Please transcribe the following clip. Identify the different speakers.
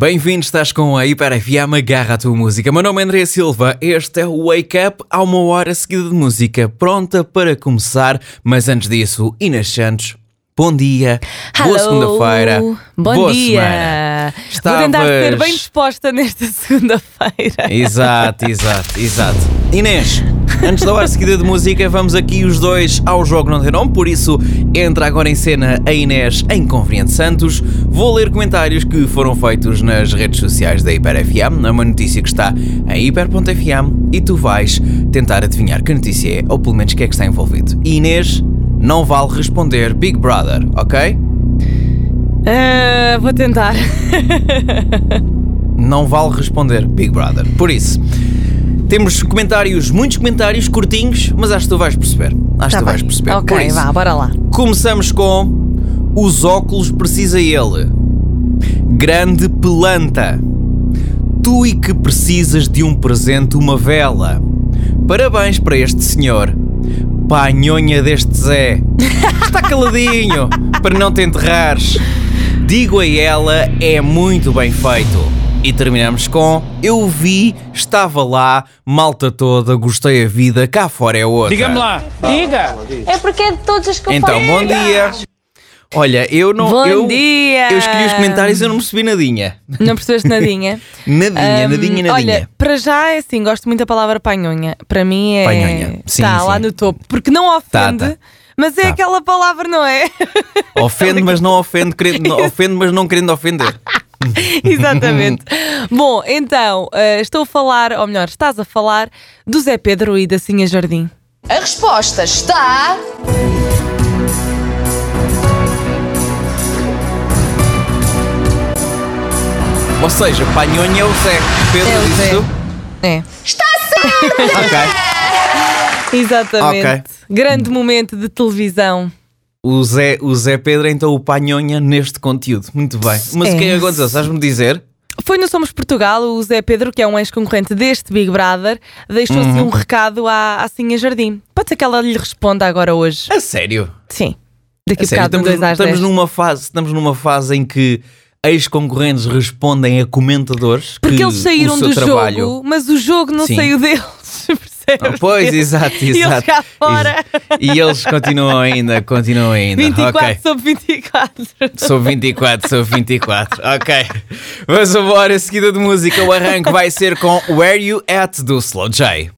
Speaker 1: Bem-vindo, estás com a Hiper FM, agarra a tua música. Meu nome é André Silva, este é o Wake Up, há uma hora seguida de música pronta para começar, mas antes disso, Inês Santos, bom dia, boa
Speaker 2: Hello.
Speaker 1: segunda-feira,
Speaker 2: Bom
Speaker 1: boa
Speaker 2: dia.
Speaker 1: semana.
Speaker 2: Vou tentar ser
Speaker 1: Estavas-
Speaker 2: bem disposta nesta segunda-feira.
Speaker 1: Exato, exato, exato. Inês, antes da hora seguida de música, vamos aqui os dois ao Jogo Não Tem Nome, por isso entra agora em cena a Inês em Conveniente Santos. Vou ler comentários que foram feitos nas redes sociais da Hiper FM, é uma notícia que está em hiper.fm e tu vais tentar adivinhar que notícia é, ou pelo menos o que é que está envolvido. E Inês, não vale responder Big Brother, ok?
Speaker 2: Ah, vou tentar.
Speaker 1: não vale responder Big Brother. Por isso, temos comentários, muitos comentários curtinhos, mas acho que tu vais perceber. Acho que tu vais perceber.
Speaker 2: Tá Ok,
Speaker 1: Por isso,
Speaker 2: vá, bora lá.
Speaker 1: começamos com os óculos precisa ele. Grande pelanta. Tu e que precisas de um presente, uma vela. Parabéns para este senhor. Panhonha deste Zé. Está caladinho para não te enterrares. Digo a ela, é muito bem feito. E terminamos com Eu vi, estava lá, malta toda, gostei a vida, cá fora é outra.
Speaker 3: Diga-me lá, diga!
Speaker 4: É porque é de todos os que eu
Speaker 1: Então,
Speaker 4: falei.
Speaker 1: bom dia. Olha, eu não.
Speaker 2: Bom
Speaker 1: eu,
Speaker 2: dia.
Speaker 1: Eu escolhi os comentários e eu não percebi nadinha.
Speaker 2: Não percebeste nadinha?
Speaker 1: Nadinha,
Speaker 2: Ahm,
Speaker 1: nadinha, nadinha.
Speaker 2: Hum, Olha, para já é assim, gosto muito da palavra panhonha. Para mim é.
Speaker 1: Panhonha, sim,
Speaker 2: Está
Speaker 1: sim.
Speaker 2: lá no topo, porque não ofende,
Speaker 1: Tá, tá.
Speaker 2: mas é
Speaker 1: Tá.
Speaker 2: aquela palavra, não é?
Speaker 1: ofende, mas não ofende, querendo, não- ofende, mas não querendo ofender.
Speaker 2: Exatamente. Bom, então, ah, estou a falar, ou melhor, estás a falar do Zé Pedro e da Sinha Jardim.
Speaker 4: A resposta está.
Speaker 1: Ou seja, panhonha é o Zé. Pedro
Speaker 2: É o
Speaker 1: disse
Speaker 2: Zé.
Speaker 1: tu?
Speaker 2: É.
Speaker 1: Ok.
Speaker 2: Exatamente.
Speaker 1: Ok.
Speaker 2: Grande momento de televisão.
Speaker 1: O Zé, o Zé Pedro é então o panhonha neste conteúdo. Muito bem. Mas o que é que
Speaker 2: É.
Speaker 1: aconteceu? Sabes-me dizer?
Speaker 2: Foi no Somos Portugal, o Zé Pedro, que é um ex-concorrente deste Big Brother, deixou assim
Speaker 1: Uhum.
Speaker 2: um recado à, à Sinha Jardim. Pode ser que ela lhe responda agora hoje.
Speaker 1: A sério?
Speaker 2: Sim.
Speaker 1: A
Speaker 2: Daqui a
Speaker 1: sério,
Speaker 2: bocado, de
Speaker 1: estamos,
Speaker 2: 2 às
Speaker 1: estamos
Speaker 2: 10.
Speaker 1: numa fase, estamos numa fase em que ex-concorrentes respondem a comentadores
Speaker 2: Porque
Speaker 1: que
Speaker 2: eles
Speaker 1: o
Speaker 2: saíram
Speaker 1: seu
Speaker 2: do
Speaker 1: trabalho...
Speaker 2: jogo, mas o jogo não
Speaker 1: Sim.
Speaker 2: saiu deles. Percebes?
Speaker 1: Ah, Pois, exato,
Speaker 2: E eles
Speaker 1: exato.
Speaker 2: cá fora.
Speaker 1: E e eles continuam ainda, continuam ainda.
Speaker 2: 24
Speaker 1: ok.
Speaker 2: sobre 24.
Speaker 1: Sou 24, sou 24. Ok. Vamos embora, seguida de música. O arranque vai ser com Where You At do Slow J.